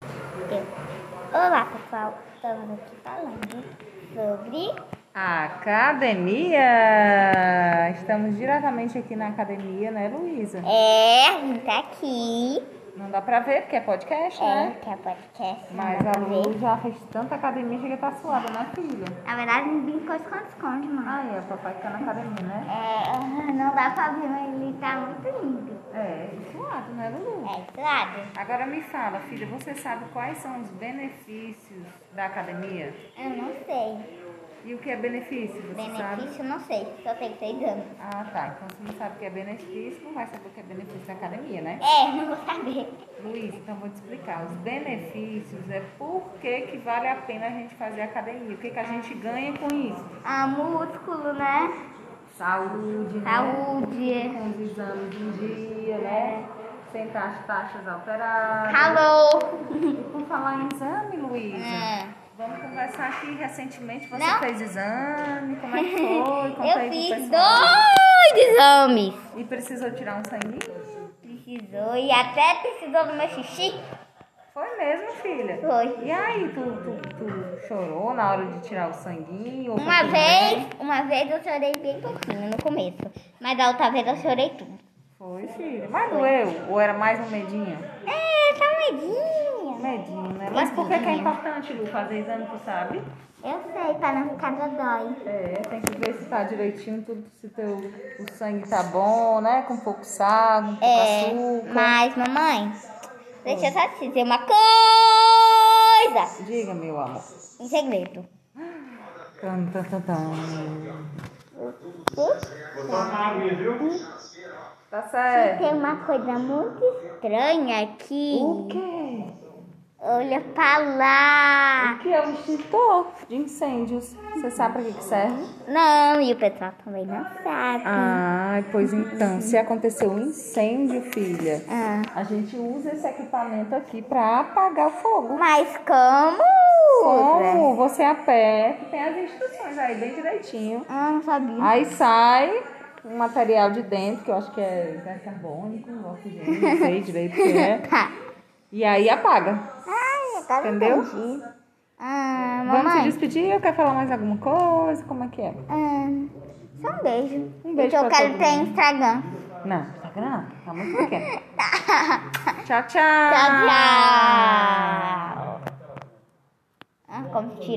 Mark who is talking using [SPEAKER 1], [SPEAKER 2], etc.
[SPEAKER 1] tempo. Olá, pessoal. Estamos aqui falando sobre
[SPEAKER 2] Academia! Estamos diretamente aqui na academia, né, Luísa?
[SPEAKER 1] é, a gente tá aqui,
[SPEAKER 2] Não dá pra ver porque é podcast,
[SPEAKER 1] é,
[SPEAKER 2] né?
[SPEAKER 1] que é podcast.
[SPEAKER 2] Mas
[SPEAKER 1] nada
[SPEAKER 2] a
[SPEAKER 1] a ver.
[SPEAKER 2] Lu já fez tanta academia, chega a tá suada, né, filha?
[SPEAKER 1] Na verdade, ele brincou esconde-esconde, mano.
[SPEAKER 2] Ah, é, o papai tá na academia, né?
[SPEAKER 1] É, não dá pra ver, mas ele tá muito lindo.
[SPEAKER 2] É, e suado, né, Lulu?
[SPEAKER 1] É, claro.
[SPEAKER 2] Agora me fala, filha, você sabe quais são os benefícios da academia?
[SPEAKER 1] Eu não sei.
[SPEAKER 2] E o que é benefício, você sabe?
[SPEAKER 1] Benefício, não sei. Só tenho seis anos.
[SPEAKER 2] Ah, tá. Então, se não sabe o que é benefício, não vai saber o que é benefício da academia, né?
[SPEAKER 1] É, não vou saber.
[SPEAKER 2] Luiz, então vou te explicar. Os benefícios é por que, que vale a pena a gente fazer academia. O que, que a gente ganha com isso?
[SPEAKER 1] Ah, músculo, né?
[SPEAKER 2] Saúde,
[SPEAKER 1] Saúde.
[SPEAKER 2] Com os exames em dia, né? Sentar as taxas alteradas.
[SPEAKER 1] Calor.
[SPEAKER 2] E por falar em exame, Luísa,
[SPEAKER 1] É.
[SPEAKER 2] vamos conversar aqui. Recentemente você
[SPEAKER 1] Não.
[SPEAKER 2] fez exame, como é que foi? Conta aí
[SPEAKER 1] Eu
[SPEAKER 2] pro
[SPEAKER 1] fiz
[SPEAKER 2] pessoal.
[SPEAKER 1] dois exames.
[SPEAKER 2] E precisou tirar um sanguinho?
[SPEAKER 1] Precisou e até precisou do meu xixi.
[SPEAKER 2] Foi mesmo, filha?
[SPEAKER 1] Foi.
[SPEAKER 2] E aí, tu, tu, tu chorou na hora de tirar o sanguinho? Ou
[SPEAKER 1] Uma
[SPEAKER 2] foi tudo bem?
[SPEAKER 1] vez, uma vez eu chorei bem pouquinho no começo, mas a outra vez eu chorei tudo.
[SPEAKER 2] Foi, filha. Mas doeu? Ou era mais um medinho?
[SPEAKER 1] É, tá medinho.
[SPEAKER 2] Medinho, né? Mas por que, que é importante, Lu, fazer exame, tu sabe?
[SPEAKER 1] Eu sei, pra não ficar dodói.
[SPEAKER 2] É, tem que ver se tá direitinho tudo, se teu, o sangue tá bom, né? Com pouco sal, com pouco
[SPEAKER 1] É,
[SPEAKER 2] açúcar.
[SPEAKER 1] mas mamãe, deixa eu só te dizer uma coisa.
[SPEAKER 2] Diga, meu amor.
[SPEAKER 1] Em segredo.
[SPEAKER 2] Tan, tan, tan, tan. Tá certo.
[SPEAKER 1] Tem uma coisa muito estranha aqui.
[SPEAKER 2] O quê?
[SPEAKER 1] Olha pra lá.
[SPEAKER 2] O que é o extintor de incêndios? Você sabe pra que, que serve?
[SPEAKER 1] Não, e o pessoal também não sabe.
[SPEAKER 2] Ah, pois então, se aconteceu um incêndio, filha,
[SPEAKER 1] Ah.
[SPEAKER 2] a gente usa esse equipamento aqui pra apagar o fogo.
[SPEAKER 1] Mas como?
[SPEAKER 2] Como? Você aperta, tem as instruções aí bem direitinho.
[SPEAKER 1] Ah, não sabia.
[SPEAKER 2] Aí sai um material de dentro, que eu acho que é gás carbônico, oxigênio, não sei direito o que é.
[SPEAKER 1] Tá.
[SPEAKER 2] E aí apaga.
[SPEAKER 1] Ai, agora eu
[SPEAKER 2] Entendeu?
[SPEAKER 1] entendi. Ah,
[SPEAKER 2] Vamos se
[SPEAKER 1] mamãe.
[SPEAKER 2] despedir? Eu quero falar mais alguma coisa? Como é que é?
[SPEAKER 1] Ah, só um beijo.
[SPEAKER 2] Um
[SPEAKER 1] Porque
[SPEAKER 2] beijo
[SPEAKER 1] eu
[SPEAKER 2] pra
[SPEAKER 1] quero
[SPEAKER 2] todo
[SPEAKER 1] ter Instagram.
[SPEAKER 2] Não, Instagram? Tá muito pequeno. tchau, tchau.
[SPEAKER 1] Tchau, tchau. Ah, como tira.